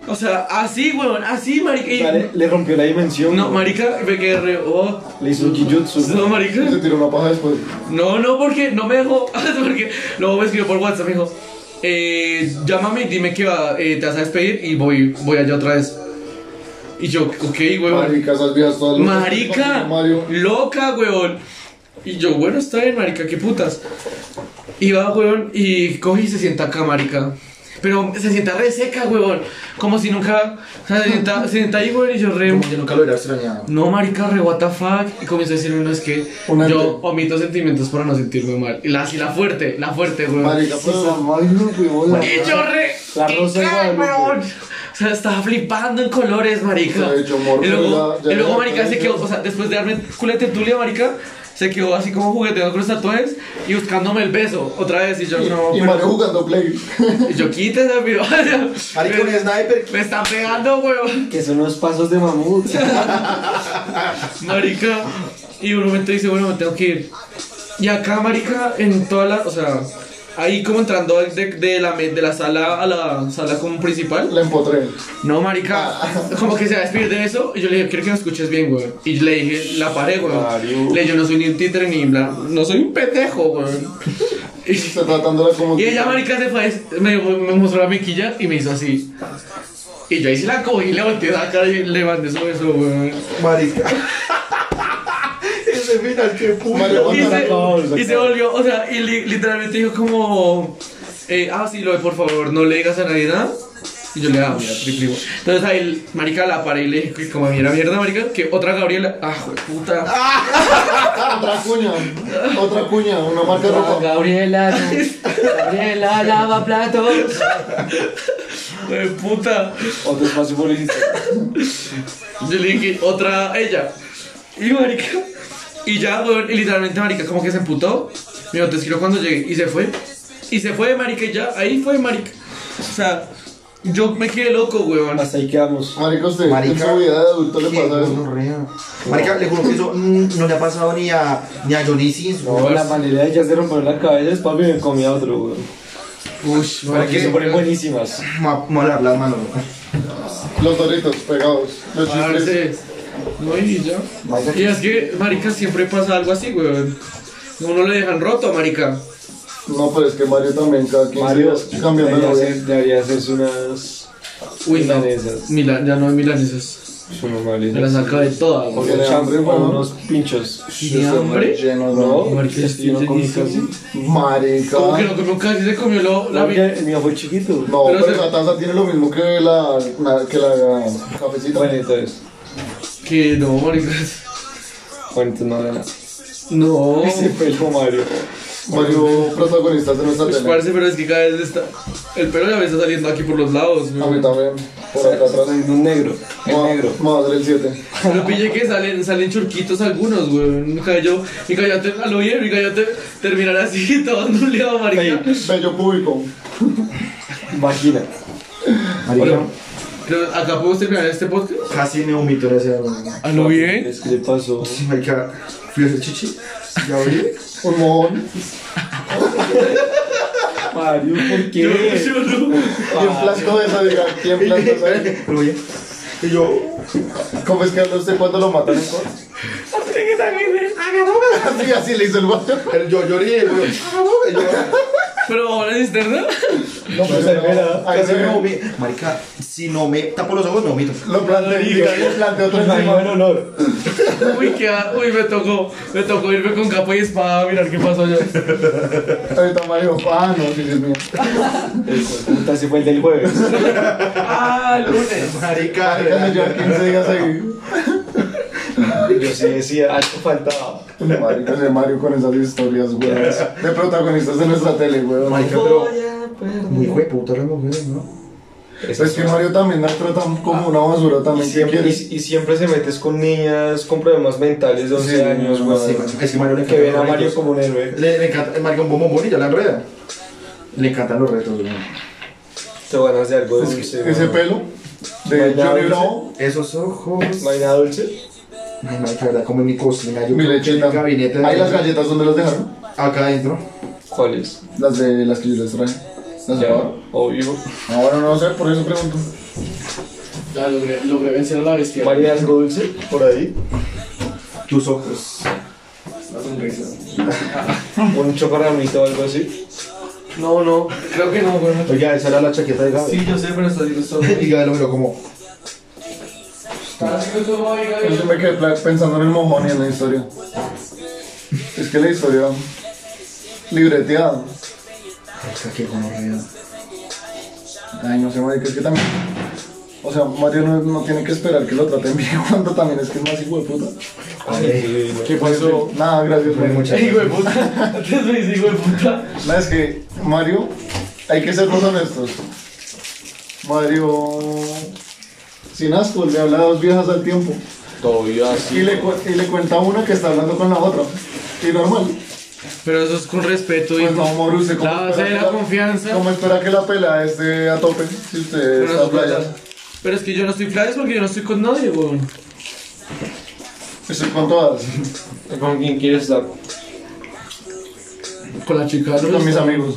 [SPEAKER 2] O sea, así, weón, así, marica. y-
[SPEAKER 5] Dale, le rompió la dimensión.
[SPEAKER 2] no, marica, me quedé re, oh.
[SPEAKER 5] Le hizo un jujutsu.
[SPEAKER 2] No, marica.
[SPEAKER 1] Se tiró una paja después.
[SPEAKER 2] No, no, porque no me dejó. porque luego me escribió por WhatsApp, me dijo, eh, llámame y dime que va, eh, te vas a despedir y voy, voy allá otra vez. Y yo, ok, weón.
[SPEAKER 1] Marica, esas vías todas locas.
[SPEAKER 2] Marica,
[SPEAKER 1] Mario.
[SPEAKER 2] loca, weón. Y yo, bueno, está bien, marica, qué putas. Y va, weón, y coge y se sienta acá, marica. Pero se sienta re seca, weón. Como si nunca. O sea, se sienta, se sienta ahí, weón, y yo re.
[SPEAKER 3] Yo nunca lo hubiera extrañado.
[SPEAKER 2] No, marica, re, what the fuck. Y comienzo a decirme, no, es que
[SPEAKER 1] Una-
[SPEAKER 2] yo omito sentimientos para no sentirme mal. Y la, así, la fuerte, la fuerte, weón.
[SPEAKER 1] Marica, pues,
[SPEAKER 5] Sí,
[SPEAKER 1] pero-
[SPEAKER 5] Samuel, huevón, la-
[SPEAKER 2] Y yo re.
[SPEAKER 5] La Rosa de
[SPEAKER 2] ¡Qué cae,
[SPEAKER 5] Guadalupe.
[SPEAKER 2] weón! O sea, estaba flipando en colores, marica.
[SPEAKER 1] Se ha hecho morbo,
[SPEAKER 2] y luego,
[SPEAKER 1] ya- ya
[SPEAKER 2] y luego,
[SPEAKER 1] ya-
[SPEAKER 2] marica,
[SPEAKER 1] ya-
[SPEAKER 2] se quedó, o sea, después de darme culete tulia, marica, se quedó así como jugueteando con los tatuajes y buscándome el beso otra vez. Y yo, no,
[SPEAKER 1] Y
[SPEAKER 2] pero-
[SPEAKER 1] Mario jugando play.
[SPEAKER 2] y yo quítese, pero.
[SPEAKER 3] Marica, un
[SPEAKER 2] me,
[SPEAKER 3] sniper.
[SPEAKER 2] me está pegando, weón.
[SPEAKER 5] Que son unos pasos de mamut.
[SPEAKER 2] Marica. Y un momento dice, bueno, me tengo que ir. Y acá, marica, en todas las, o sea, Ahí como entrando de, de la, me- de la sala a la sala como principal.
[SPEAKER 1] La empotré.
[SPEAKER 2] No, marica, como que se va a despedir de eso. Y yo le dije, quiero que me escuches bien, güey. Y le dije, la paré, güey.
[SPEAKER 5] Mario.
[SPEAKER 2] Le dije, yo no soy ni un títere ni bla, no soy un petejo, güey. Y,
[SPEAKER 1] Está tratándola como.
[SPEAKER 2] y ella, marica, se fue, es- me, me mostró la mequilla y me hizo así. Y yo ahí sí la cogí, le volteé la cara y le mandé su beso, güey.
[SPEAKER 3] Marica. Ese final, qué
[SPEAKER 1] Mario,
[SPEAKER 2] Y
[SPEAKER 1] aguanta.
[SPEAKER 2] se, y se volvió, o sea, y li- literalmente dijo como, eh, ah, sí, lo de por favor, no le digas a nadie nada. Y yo le dije, ah, mira, tri- primo. Entonces ahí, el- marica, la paré y le dije, que como a mí era mierda, marica, que otra Gabriela, ah, joder, puta.
[SPEAKER 1] ah, Otra cuña. Otra cuña. Una marca de ropa.
[SPEAKER 4] Gabriela, no. Gabriela, lava platos.
[SPEAKER 2] Joder, puta.
[SPEAKER 5] Otro espacio publicitario.
[SPEAKER 2] Yo le dije, que otra ella. Y marica, y ya, weón, y literalmente, marica, como que se emputó. Me dijo, te escribo cuando llegue. Y se fue. Y se fue, marica, y ya, ahí fue, marica. O sea, yo me quedé loco, weón.
[SPEAKER 5] Hasta ahí quedamos.
[SPEAKER 1] Marica, usted. En
[SPEAKER 3] Marica.
[SPEAKER 1] su vida de adulto le pasa eso.
[SPEAKER 3] gonorrea. Marica, le juro que eso mm, no le ha pasado ni a, ni a Johnny Sins, güey.
[SPEAKER 5] No, la manera de ya se romper la cabeza es papi me comía otro, weón.
[SPEAKER 2] Ush,
[SPEAKER 3] ¿Para
[SPEAKER 5] Que
[SPEAKER 3] qué?
[SPEAKER 5] se ponen buenísimas.
[SPEAKER 3] Ma- ma- la- las manos. güey.
[SPEAKER 1] Los doritos pegados. Los chistes.
[SPEAKER 2] Parce, No, y ya. Y es que, marica, siempre pasa algo así, weón. Uno le dejan roto, marica.
[SPEAKER 1] No, pero es que Mario también cada 15
[SPEAKER 5] Mario,
[SPEAKER 1] días cambiando de
[SPEAKER 5] debería
[SPEAKER 1] novia.
[SPEAKER 5] hacer- debería hacerse unas.
[SPEAKER 2] Uy, no.
[SPEAKER 5] Milanesas.
[SPEAKER 2] Mila- ya no hay milanesas.
[SPEAKER 5] Su
[SPEAKER 2] Me las saca de todas,
[SPEAKER 5] O
[SPEAKER 2] weón.
[SPEAKER 1] Tiene
[SPEAKER 5] con chambre,
[SPEAKER 1] hambre,
[SPEAKER 5] o
[SPEAKER 1] weón.
[SPEAKER 5] unos pinchos.
[SPEAKER 2] ¿Tiene hambre?
[SPEAKER 1] Lleno de
[SPEAKER 5] No,
[SPEAKER 2] Marica,
[SPEAKER 5] yo
[SPEAKER 2] estoy
[SPEAKER 5] no comí
[SPEAKER 2] llenísimo.
[SPEAKER 5] casi.
[SPEAKER 1] Marica.
[SPEAKER 2] Como que no comió casi se comió lo- la
[SPEAKER 5] No, porque
[SPEAKER 2] mitad.
[SPEAKER 5] el mío fue chiquito.
[SPEAKER 1] No,
[SPEAKER 2] Pero
[SPEAKER 1] pero,
[SPEAKER 2] se-
[SPEAKER 1] esa taza tiene lo mismo que la, la- que la, la cafecita.
[SPEAKER 5] Bueno, entonces.
[SPEAKER 2] Que no, marica.
[SPEAKER 5] Bueno, entonces no era nada.
[SPEAKER 2] No.
[SPEAKER 5] Ese pelo, Mario.
[SPEAKER 1] Mario, protagonistas de nuestra
[SPEAKER 2] Pues,
[SPEAKER 1] tele.
[SPEAKER 2] parce, pero es que cada vez está. El pelo ya me está saliendo aquí por los lados,
[SPEAKER 1] A mí
[SPEAKER 2] weón.
[SPEAKER 1] también. Por acá atrás.
[SPEAKER 5] Un negro. El negro.
[SPEAKER 1] Vamos a hacer el 7.
[SPEAKER 2] Pero pille que salen, salen churquitos algunos, weón. Mi cabello, mi cabello te- a lo bien, mi cabello te, terminará así, todo nuleado, marica.
[SPEAKER 1] Bello público.
[SPEAKER 5] Vagina.
[SPEAKER 3] Marica,
[SPEAKER 2] Pero acá podemos terminar este podcast.
[SPEAKER 3] casi me vomito en ese álbum.
[SPEAKER 2] A lo bien.
[SPEAKER 5] Es que le pasó.
[SPEAKER 3] Sí, Marica, fui a hacer chichi. ¿Ya oí?
[SPEAKER 1] Un mojón.
[SPEAKER 5] Mario, ¿por
[SPEAKER 2] Yo,
[SPEAKER 5] qué?
[SPEAKER 2] yo no.
[SPEAKER 1] ¿Quién plantó eso? Diga, ¿quién plantó eso? ¿eh?
[SPEAKER 3] Lo oí. Y yo,
[SPEAKER 1] ¿Cómo es que habla usted cuando lo matan en corte? Así, así le hizo el guacho.
[SPEAKER 3] pero yo lloré, güey. Ah, no, yo-
[SPEAKER 2] Pero ahora es externa.
[SPEAKER 1] No, pues
[SPEAKER 5] se espera.
[SPEAKER 1] Ahí
[SPEAKER 3] Casi
[SPEAKER 1] se
[SPEAKER 3] me
[SPEAKER 1] ve.
[SPEAKER 3] vomito. Marica, si no me tapo los ojos, me vomito.
[SPEAKER 1] Lo planteó, diga, le planteó
[SPEAKER 3] Pues
[SPEAKER 1] otro
[SPEAKER 5] Imagino
[SPEAKER 1] encima.
[SPEAKER 5] el honor.
[SPEAKER 2] Uy, qué, a- uy, me tocó, me tocó irme con capa y espada a mirar qué pasó yo.
[SPEAKER 1] Ahorita Mario, ah, no, sí, Dios mío.
[SPEAKER 5] Puta, se fue el del jueves.
[SPEAKER 2] Ah, lunes.
[SPEAKER 3] Marica,
[SPEAKER 1] Ya me lleva 15 días ahí.
[SPEAKER 5] Yo sí decía, algo faltaba.
[SPEAKER 1] Marica de Mario con esas historias, güey. De protagonistas de nuestra tele, güey.
[SPEAKER 3] Marica, pero. Muy hijo de puta las mujeres, ¿no?
[SPEAKER 1] Es que Mario también las trata como una basura
[SPEAKER 5] Y
[SPEAKER 1] también. ¿Qué
[SPEAKER 5] siempre,
[SPEAKER 1] quieres?
[SPEAKER 5] y, y siempre se metes con niñas con problemas mentales de 11
[SPEAKER 1] Sí,
[SPEAKER 5] años,
[SPEAKER 1] sí,
[SPEAKER 5] weón.
[SPEAKER 3] es que Mario le
[SPEAKER 5] que
[SPEAKER 3] encanta
[SPEAKER 5] ven a
[SPEAKER 3] los
[SPEAKER 5] Mario
[SPEAKER 3] retos.
[SPEAKER 5] como un héroe.
[SPEAKER 3] Le, le encanta, Marica, un bombón ya la enreda. Le encantan los retos, güey.
[SPEAKER 5] Te van a hacer algo dulce.
[SPEAKER 1] Ese
[SPEAKER 5] weón.
[SPEAKER 1] pelo de
[SPEAKER 5] Bailado,
[SPEAKER 1] Johnny
[SPEAKER 5] sí.
[SPEAKER 1] Bravo.
[SPEAKER 3] Esos ojos.
[SPEAKER 5] ¿No hay nada dulce?
[SPEAKER 3] Ay, Marica, verdad, como en mi cocina. Yo
[SPEAKER 1] Mi
[SPEAKER 3] creo que en
[SPEAKER 1] lechita.
[SPEAKER 3] el gabinete. de-
[SPEAKER 1] Ahí las galletas, ¿dónde las dejaron?
[SPEAKER 3] Acá adentro.
[SPEAKER 5] ¿Cuál es?
[SPEAKER 1] Las de las que yo les traje. Las de ahora.
[SPEAKER 5] obvio.
[SPEAKER 1] No, bueno, no sé, por eso pregunto.
[SPEAKER 2] Ya logré, logré vencer a la bestia.
[SPEAKER 5] ¿María algo dulce? Por ahí.
[SPEAKER 3] Tus ojos.
[SPEAKER 5] ¿Un chocaramito o algo así?
[SPEAKER 2] No, no, creo que no, weón.
[SPEAKER 3] Oiga, esa era la chaqueta de Gaby.
[SPEAKER 2] Sí, yo sé, pero está haciendo esto.
[SPEAKER 3] Y Gaby lo miró como.
[SPEAKER 2] Está haciendo esto, oiga, oiga.
[SPEAKER 1] Yo me quedé pla- pensando en el mojón y en la historia. Es que la historia. libreteada.
[SPEAKER 3] Marica, qué gonorrea.
[SPEAKER 1] Ay, no sé, marica, es que también. O sea, Mario no, no tiene que esperar que lo traten bien cuando también es que es más hijo de puta.
[SPEAKER 5] Ay,
[SPEAKER 1] ¿Qué pasó? Nada, gracias, Mario.
[SPEAKER 3] Muchas
[SPEAKER 2] Hijo de puta. Antes me dice hijo de puta.
[SPEAKER 1] No, es que Mario, hay que ser más honestos. Mario, sin asco, le habla a dos viejas al tiempo.
[SPEAKER 5] Todavía
[SPEAKER 1] Y le, cu- y le cuenta a una que está hablando con la otra. Y normal.
[SPEAKER 2] Pero eso es con respeto y
[SPEAKER 1] Pues no, amor, usted cómo
[SPEAKER 2] La base
[SPEAKER 1] espera
[SPEAKER 2] de
[SPEAKER 1] que
[SPEAKER 2] la confianza.
[SPEAKER 1] ¿Cómo espera que la pela esté a tope si usted
[SPEAKER 2] Pero,
[SPEAKER 1] está
[SPEAKER 2] no,
[SPEAKER 1] playa?
[SPEAKER 2] pero es que yo no estoy flyers porque yo no estoy con nadie, weón.
[SPEAKER 1] Estoy con todas.
[SPEAKER 5] ¿Con quién quieres estar?
[SPEAKER 2] Con la chica,
[SPEAKER 1] Estoy con mis amigos.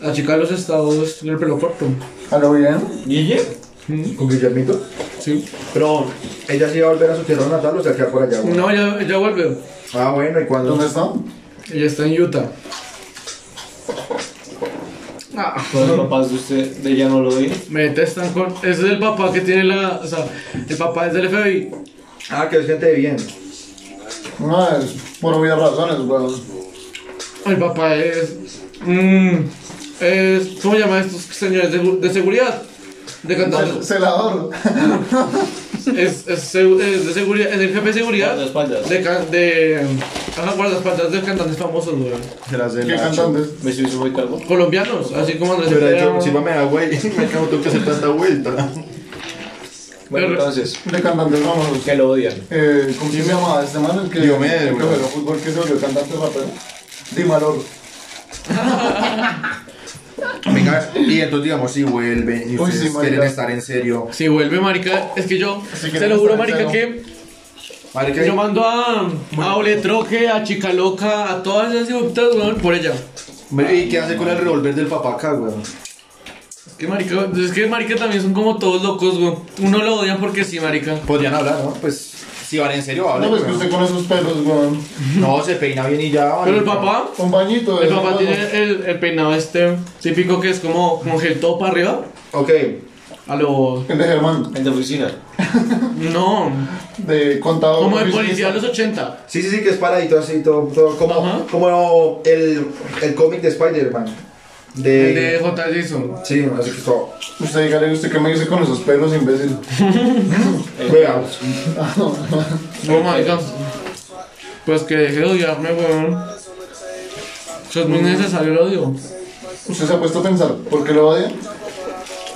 [SPEAKER 2] La chica de los estados tiene el pelo corto.
[SPEAKER 1] ¿A lo bien?
[SPEAKER 5] ¿Guille?
[SPEAKER 3] ¿Con Guillermito?
[SPEAKER 2] Sí.
[SPEAKER 3] Pero, ¿ella sí va a volver a su tierra natal o se va a quedar por allá? güey?
[SPEAKER 2] No, ya, ya vuelve.
[SPEAKER 3] Ah, bueno, ¿y cuándo?
[SPEAKER 1] ¿Dónde está?
[SPEAKER 2] Ella está en Utah. Ah.
[SPEAKER 5] Todos los papás de usted, de ella no lo vi.
[SPEAKER 2] Me detestan con. Ese es el papá que tiene la. O sea, el papá es del FBI.
[SPEAKER 3] Ah, que es gente de bien.
[SPEAKER 1] No, es por obvias razones, weón.
[SPEAKER 2] El papá es. mm, es ¿Cómo llaman estos señores de, de seguridad? De cantantes.
[SPEAKER 1] Pues, Celador.
[SPEAKER 2] Es, es, segu- es de seguridad. Es el jefe de seguridad.
[SPEAKER 5] Guardaespaldas.
[SPEAKER 2] De. can- de ajá, guardaespaldas de cantantes famosos, güey.
[SPEAKER 3] Se las de
[SPEAKER 1] ¿Qué
[SPEAKER 3] la...
[SPEAKER 1] cantantes?
[SPEAKER 5] Me hizo muy calvo.
[SPEAKER 2] Colombianos, así como Andrés
[SPEAKER 3] Yo hubiera dicho,
[SPEAKER 2] Cepeda.
[SPEAKER 3] si me da güey, me cago, tengo que hacer tanta vuelta.
[SPEAKER 5] Bueno,
[SPEAKER 2] Pero-
[SPEAKER 5] entonces,
[SPEAKER 1] De cantantes famosos.
[SPEAKER 5] que lo odian.
[SPEAKER 1] Eh, ¿Con quién se llamaba este man? El que,
[SPEAKER 3] Diomedes,
[SPEAKER 1] el que
[SPEAKER 3] weón.
[SPEAKER 1] jugó fútbol, que se volvió cantante rapero. Dimalor.
[SPEAKER 3] Venga, y entonces digamos, si vuelven y
[SPEAKER 1] Uy,
[SPEAKER 3] ustedes
[SPEAKER 1] sí, marica.
[SPEAKER 3] quieren estar en serio.
[SPEAKER 2] Si vuelve, marica, es que yo,
[SPEAKER 1] Así que
[SPEAKER 2] te
[SPEAKER 1] no
[SPEAKER 2] lo juro,
[SPEAKER 1] está
[SPEAKER 2] marica,
[SPEAKER 1] en
[SPEAKER 2] que
[SPEAKER 3] Marica,
[SPEAKER 2] yo mando a, a Oletroque, a Chicaloca, a todas esas dibujitas, weón, por ella.
[SPEAKER 3] ¿y qué hace con el revólver del papá acá, güey?
[SPEAKER 2] Es que, marica, es que, marica, también son como todos locos, güey. Uno lo odian porque sí, marica.
[SPEAKER 3] Podrían hablar, ¿no? Pues, si van en serio,
[SPEAKER 1] No,
[SPEAKER 3] hablen.
[SPEAKER 1] pues que
[SPEAKER 3] güey.
[SPEAKER 1] usted con esos pelos, weón.
[SPEAKER 3] No, se peina bien y ya.
[SPEAKER 2] Pero el
[SPEAKER 3] marica.
[SPEAKER 2] papá,
[SPEAKER 1] Un bañito. de
[SPEAKER 2] el
[SPEAKER 1] esos
[SPEAKER 2] papá
[SPEAKER 1] pelos.
[SPEAKER 2] tiene el, el peinado este típico que es como con gel todo para arriba.
[SPEAKER 3] Ok,
[SPEAKER 2] A lo...
[SPEAKER 1] El de Germán.
[SPEAKER 5] El de oficina.
[SPEAKER 2] No,
[SPEAKER 1] De contador.
[SPEAKER 2] como de
[SPEAKER 1] oficinista.
[SPEAKER 2] policía de los 80.
[SPEAKER 3] sí, sí, sí, que es paradito así, todo, todo
[SPEAKER 2] Ajá.
[SPEAKER 3] como, como el, el cómic de Spider-Man. De...
[SPEAKER 2] El de J. Jason.
[SPEAKER 3] Sí, así que todo.
[SPEAKER 1] Usted dígale, ¿usted qué me dice con esos pelos, imbécil?
[SPEAKER 3] Vea, pues.
[SPEAKER 2] No, marica. Pues que deje de odiarme, weón. Eso es muy necesario el odio.
[SPEAKER 1] ¿Usted se ha puesto a pensar por qué lo odia?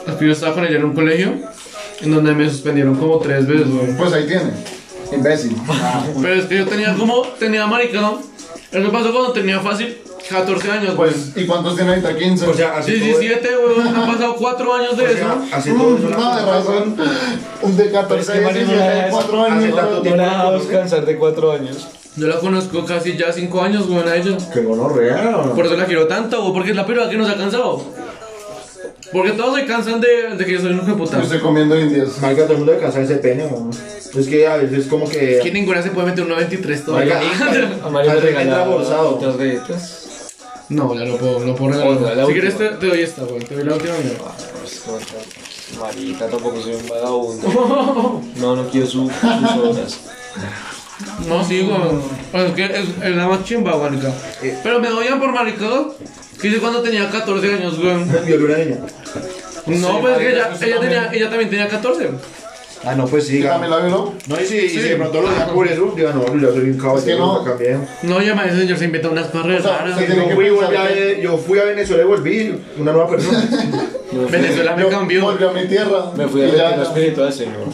[SPEAKER 2] Es que yo estaba con ella en un colegio en donde me suspendieron como tres veces, weón.
[SPEAKER 1] Pues ahí tiene. Imbécil.
[SPEAKER 2] Pero es que yo tenía como, tenía marica, ¿no? Eso pasó cuando tenía fácil 14 años, güey.
[SPEAKER 1] Pues, ¿y cuántos tiene ahorita? 15.
[SPEAKER 3] o sea, así todo.
[SPEAKER 2] 17, weón, han pasado 4 años de
[SPEAKER 5] Pues
[SPEAKER 3] o
[SPEAKER 2] eso.
[SPEAKER 3] sea, así todo.
[SPEAKER 1] Mm, no, de razón. Un de 14
[SPEAKER 5] Pero
[SPEAKER 1] años
[SPEAKER 5] es que
[SPEAKER 1] y
[SPEAKER 5] Mariana es-
[SPEAKER 1] 4 años.
[SPEAKER 3] hace tanto
[SPEAKER 5] No la dejaba descansar de cuatro años.
[SPEAKER 2] Yo la conozco casi ya 5 años, weón, a ella.
[SPEAKER 3] Que gonorrea.
[SPEAKER 2] Por eso la quiero tanto, weón, porque es la peruana que nos ha cansado. Porque todos se cansan de, de que yo soy un hijo de puta.
[SPEAKER 1] Yo estoy comiendo indias.
[SPEAKER 3] Marica, todo el mundo de cansar ese pene, weón. Es que a veces como que...
[SPEAKER 2] Que ninguna se puede meter una 23 todavía.
[SPEAKER 3] Marica,
[SPEAKER 5] A Mario le
[SPEAKER 3] Al revés,
[SPEAKER 5] regalaba
[SPEAKER 3] aborzado.
[SPEAKER 5] otras galletas.
[SPEAKER 2] No, ya no puedo, no puedo regalar.
[SPEAKER 5] Otra, la
[SPEAKER 2] si
[SPEAKER 5] última.
[SPEAKER 2] quieres, te, te doy esta, weón. Te doy la última mía.
[SPEAKER 5] Pues, Marita, tampoco soy un vagabundo. No, no quiero su- sus horas.
[SPEAKER 2] No, sí, weón. Pues es que es, es la más chimba, marica.
[SPEAKER 1] Eh.
[SPEAKER 2] Pero me odian por maricado. Que hice cuando tenía 14 años, weón.
[SPEAKER 3] Violó una niña.
[SPEAKER 2] No,
[SPEAKER 1] Sí,
[SPEAKER 2] pues es que
[SPEAKER 1] marica,
[SPEAKER 2] ella,
[SPEAKER 1] pues,
[SPEAKER 2] ella,
[SPEAKER 1] también.
[SPEAKER 2] tenía, ella también tenía 14.
[SPEAKER 3] Ah, no, pues sí,
[SPEAKER 1] ¿Y también
[SPEAKER 3] diga.
[SPEAKER 1] la violó?
[SPEAKER 3] No, y si, y si de pronto lo dejan por eso, diga, no, yo soy un cabrón,
[SPEAKER 1] Es que no.
[SPEAKER 3] cambié.
[SPEAKER 2] No, ya ese señor se inventa unas carreras
[SPEAKER 1] O sea,
[SPEAKER 2] raras.
[SPEAKER 1] se
[SPEAKER 3] Yo
[SPEAKER 1] tiene que
[SPEAKER 3] fui,
[SPEAKER 1] pensar
[SPEAKER 3] volví a,
[SPEAKER 1] que-
[SPEAKER 3] yo fui a Venezuela y volví una nueva persona.
[SPEAKER 2] Venezuela me
[SPEAKER 1] Yo
[SPEAKER 2] cambió.
[SPEAKER 1] Volví a mi tierra.
[SPEAKER 5] Me fui a
[SPEAKER 1] y ya,
[SPEAKER 5] ver el espíritu del Señor.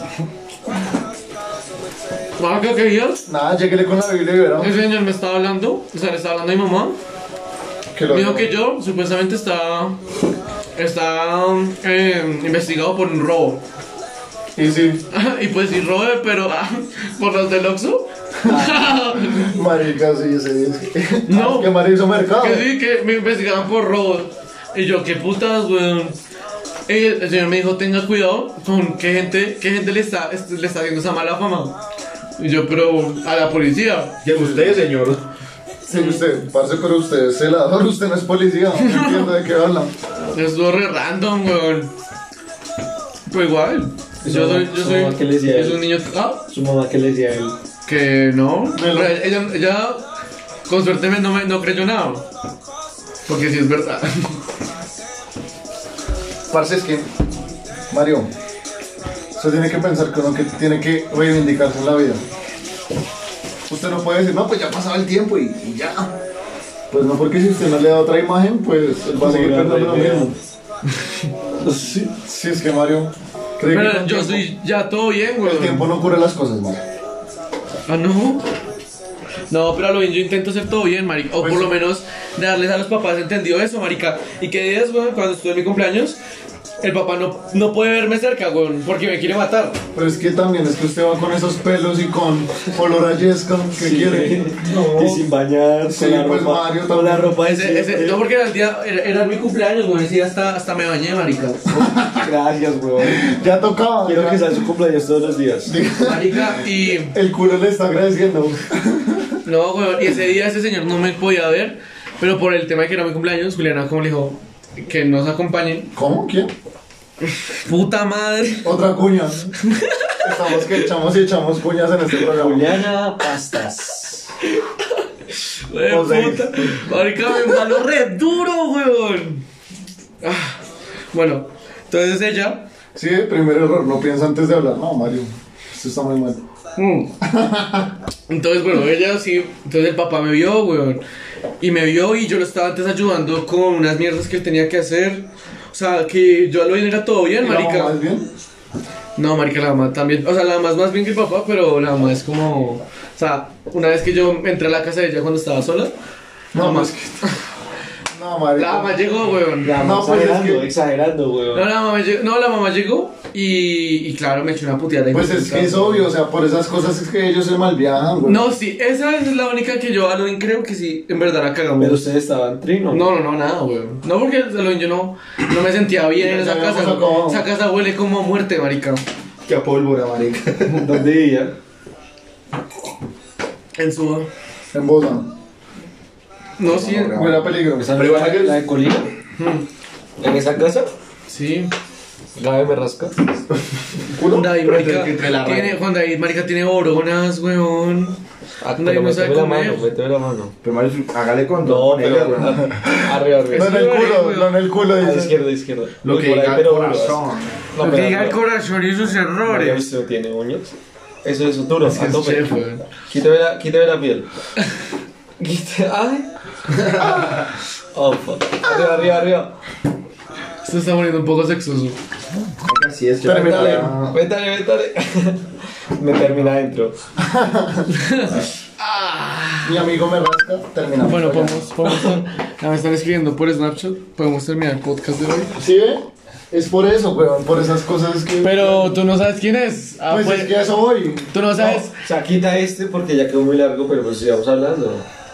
[SPEAKER 2] Marica, ¿qué días?
[SPEAKER 1] Nada, lleguéle con la Biblia y verán.
[SPEAKER 2] Ese señor me estaba hablando, o sea, le estaba hablando a mi mamá.
[SPEAKER 1] Que
[SPEAKER 2] Me dijo que yo supuestamente estaba, estaba eh, investigado por un robo.
[SPEAKER 1] Y sí,
[SPEAKER 2] y pues sí robe, pero ah, por los del Oxxo.
[SPEAKER 1] Ah. marica, sí, sí.
[SPEAKER 2] No.
[SPEAKER 1] Ah, Que marica hizo mercado.
[SPEAKER 2] que sí, que me investigaban por robo. Y yo, qué putas, weón. Y el el señor me dijo, tenga cuidado con qué gente, qué gente le está, est- le está haciendo esa mala fama. Y yo, pero a la policía.
[SPEAKER 3] Y a usted, señor.
[SPEAKER 1] Sí, usted, parce, pero usted es celador, usted no es policía. No entiendo de qué habla.
[SPEAKER 2] Eso es re random, weón. Pero igual. Yo
[SPEAKER 5] Su-
[SPEAKER 2] soy, yo
[SPEAKER 5] su
[SPEAKER 2] soy,
[SPEAKER 5] mamá, ¿qué le decía
[SPEAKER 2] yo
[SPEAKER 5] él?
[SPEAKER 2] soy un niño... Ah,
[SPEAKER 5] Su mamá, ¿qué le decía a él?
[SPEAKER 2] Que no.
[SPEAKER 1] Me lo-
[SPEAKER 2] Pero Ella, ella, con suerte, me- no, me, no creyó nada. Porque si es verdad.
[SPEAKER 1] Parce, es que, Mario, usted tiene que pensar que uno que tiene que reivindicarse en la vida. Usted no puede decir, no, pues ya pasaba el tiempo y, y ya. Pues no, porque si usted no le da otra imagen, pues él va a seguir
[SPEAKER 5] Una
[SPEAKER 1] pensando lo
[SPEAKER 5] idea.
[SPEAKER 1] mismo. sí, sí, es que Mario, cree que
[SPEAKER 2] Pero
[SPEAKER 1] con
[SPEAKER 2] yo
[SPEAKER 1] tiempo-
[SPEAKER 2] soy ya todo bien,
[SPEAKER 1] el
[SPEAKER 2] güey.
[SPEAKER 1] tiempo no cura las cosas, Mario.
[SPEAKER 2] Ah, no. No, pero a lo bien yo intento hacer todo bien, marica. O por lo menos darles a los papás entendido eso, marica. Y que días, güey, cuando estuve en mi cumpleaños, El papá no, no puede verme cerca, weón, porque me quiere matar.
[SPEAKER 1] Pero es que también es que usted va con esos pelos y con olor a yesca que quiere. No.
[SPEAKER 5] Y sin bañar,
[SPEAKER 1] Sí,
[SPEAKER 5] con la
[SPEAKER 1] pues,
[SPEAKER 5] ropa.
[SPEAKER 1] Mario
[SPEAKER 5] con la
[SPEAKER 1] también.
[SPEAKER 5] ropa de
[SPEAKER 2] Ese- ese-
[SPEAKER 5] siempre.
[SPEAKER 2] no, porque era el día, era, era mi cumpleaños, weón, ese día hasta, hasta me bañé, marica.
[SPEAKER 5] Gracias, weón.
[SPEAKER 1] Ya tocaba.
[SPEAKER 5] Quiero
[SPEAKER 1] ya.
[SPEAKER 5] que sea su cumpleaños todos los días.
[SPEAKER 2] Marica, y
[SPEAKER 1] El culo le está agradeciendo.
[SPEAKER 2] no, weón, y ese día ese señor no me podía ver, pero por el tema de que era mi cumpleaños, Juliana como le dijo que nos acompañen.
[SPEAKER 1] ¿Cómo? ¿Quién?
[SPEAKER 2] Puta madre.
[SPEAKER 1] Otra cuña. Estamos que echamos y echamos cuñas en este programa.
[SPEAKER 5] Juliana Pastas.
[SPEAKER 2] Weón,
[SPEAKER 1] O sea,
[SPEAKER 2] Eh, puta. Marica, me embaló re duro, weón. Ah, bueno, entonces ella.
[SPEAKER 1] Sí, primer error, no piensa antes de hablar. No, Mario, esto está muy mal.
[SPEAKER 2] Mm. Entonces, bueno, ella sí. Entonces el papá me vio, weón. Y me vio y yo lo estaba antes ayudando con unas mierdas que él tenía que hacer. O sea, que yo a lo bien era todo bien,
[SPEAKER 1] ¿La mamá
[SPEAKER 2] marica.
[SPEAKER 1] es bien?
[SPEAKER 2] No, marica, la mamá también. O sea, la mamá es más bien que el papá, pero la mamá es como. O sea, una vez que yo entré a la casa de ella cuando estaba sola,
[SPEAKER 1] No,
[SPEAKER 2] Mamá.
[SPEAKER 1] más que. No, Mario.
[SPEAKER 2] la mamá llegó, weón.
[SPEAKER 5] La
[SPEAKER 1] No,
[SPEAKER 5] no,
[SPEAKER 1] pues, es
[SPEAKER 5] exagerando,
[SPEAKER 1] que-
[SPEAKER 5] exagerando,
[SPEAKER 2] No,
[SPEAKER 5] weón.
[SPEAKER 2] la mamá llegó, no, la mamá llegó y, y claro, me echó una puteada. de
[SPEAKER 1] Pues es
[SPEAKER 2] puta.
[SPEAKER 1] que es obvio, o sea, por esas cosas es que ellos se malviajan, güey.
[SPEAKER 2] No, sí, esa es la única que yo a lo bien creo que sí, en verdad la cagamos.
[SPEAKER 5] Pero ustedes estaban trino.
[SPEAKER 2] No, no, no, nada, weón. No, porque a lo- yo no, no me sentía bien en
[SPEAKER 1] Ya
[SPEAKER 2] esa
[SPEAKER 1] habíamos
[SPEAKER 2] casa.
[SPEAKER 1] acabado.
[SPEAKER 2] Esa casa huele como a muerte, marica.
[SPEAKER 4] Que a pólvora, marica.
[SPEAKER 5] ¿Dónde vivían?
[SPEAKER 2] En su...
[SPEAKER 1] En Bogotá.
[SPEAKER 2] No, sí. en-
[SPEAKER 1] Huele a peligro.
[SPEAKER 5] ¿Esa no
[SPEAKER 4] Pero
[SPEAKER 5] es la,
[SPEAKER 4] igual que-
[SPEAKER 5] la de Colina?
[SPEAKER 4] En esa casa,
[SPEAKER 2] Sí.
[SPEAKER 4] Gabe me rasca.
[SPEAKER 2] Juan David,
[SPEAKER 4] Pero entre-
[SPEAKER 2] marica,
[SPEAKER 4] entre la raya.
[SPEAKER 2] tiene, Juan David, marica, tiene oronas, weón.
[SPEAKER 4] Ah,
[SPEAKER 2] Nadie
[SPEAKER 4] pero
[SPEAKER 2] me sabe
[SPEAKER 4] méteme la
[SPEAKER 2] comer.
[SPEAKER 4] mano, méteme la mano.
[SPEAKER 3] Pero Mario, hágale con
[SPEAKER 4] No,
[SPEAKER 3] todo.
[SPEAKER 4] pero.
[SPEAKER 3] weón.
[SPEAKER 4] Arriba,
[SPEAKER 1] Pues No
[SPEAKER 4] arriba.
[SPEAKER 1] en el culo,
[SPEAKER 2] güey.
[SPEAKER 1] no en el culo.
[SPEAKER 4] A la
[SPEAKER 1] dice.
[SPEAKER 4] izquierda, izquierda.
[SPEAKER 3] Lo
[SPEAKER 4] Uy,
[SPEAKER 3] que
[SPEAKER 4] por ahí,
[SPEAKER 3] diga el
[SPEAKER 4] pero uno,
[SPEAKER 3] corazón.
[SPEAKER 4] No,
[SPEAKER 2] Lo
[SPEAKER 4] pero
[SPEAKER 2] que diga el
[SPEAKER 4] arriba.
[SPEAKER 2] corazón y sus
[SPEAKER 4] María
[SPEAKER 2] errores.
[SPEAKER 4] Vistro tiene uñas. Eso es duro,
[SPEAKER 2] Es que
[SPEAKER 4] a
[SPEAKER 2] es
[SPEAKER 4] tope.
[SPEAKER 2] chef, weón.
[SPEAKER 4] Quítame la, quítame la piel. Quítame. ¡Ay! Oh, fuck. Arriba, arriba, arriba.
[SPEAKER 2] Esto está poniendo un poco sexoso.
[SPEAKER 3] Así es, yo-
[SPEAKER 1] Terminale.
[SPEAKER 3] Ah,
[SPEAKER 4] Métale, métale. Me termina adentro.
[SPEAKER 1] Mi amigo me rasca, terminamos.
[SPEAKER 2] Bueno,
[SPEAKER 1] Ya.
[SPEAKER 2] podemos, podemos ya Ah, me están escribiendo por Snapchat. Podemos terminar el podcast de hoy.
[SPEAKER 1] ¿Sí ve? Es por eso, weón, por esas cosas que.
[SPEAKER 2] Pero tú no sabes quién es. Ah,
[SPEAKER 1] pues,
[SPEAKER 2] pues,
[SPEAKER 1] es que a eso voy.
[SPEAKER 2] Tú no sabes.
[SPEAKER 4] O sea, quita este porque ya quedó muy largo, pero pues sigamos hablando.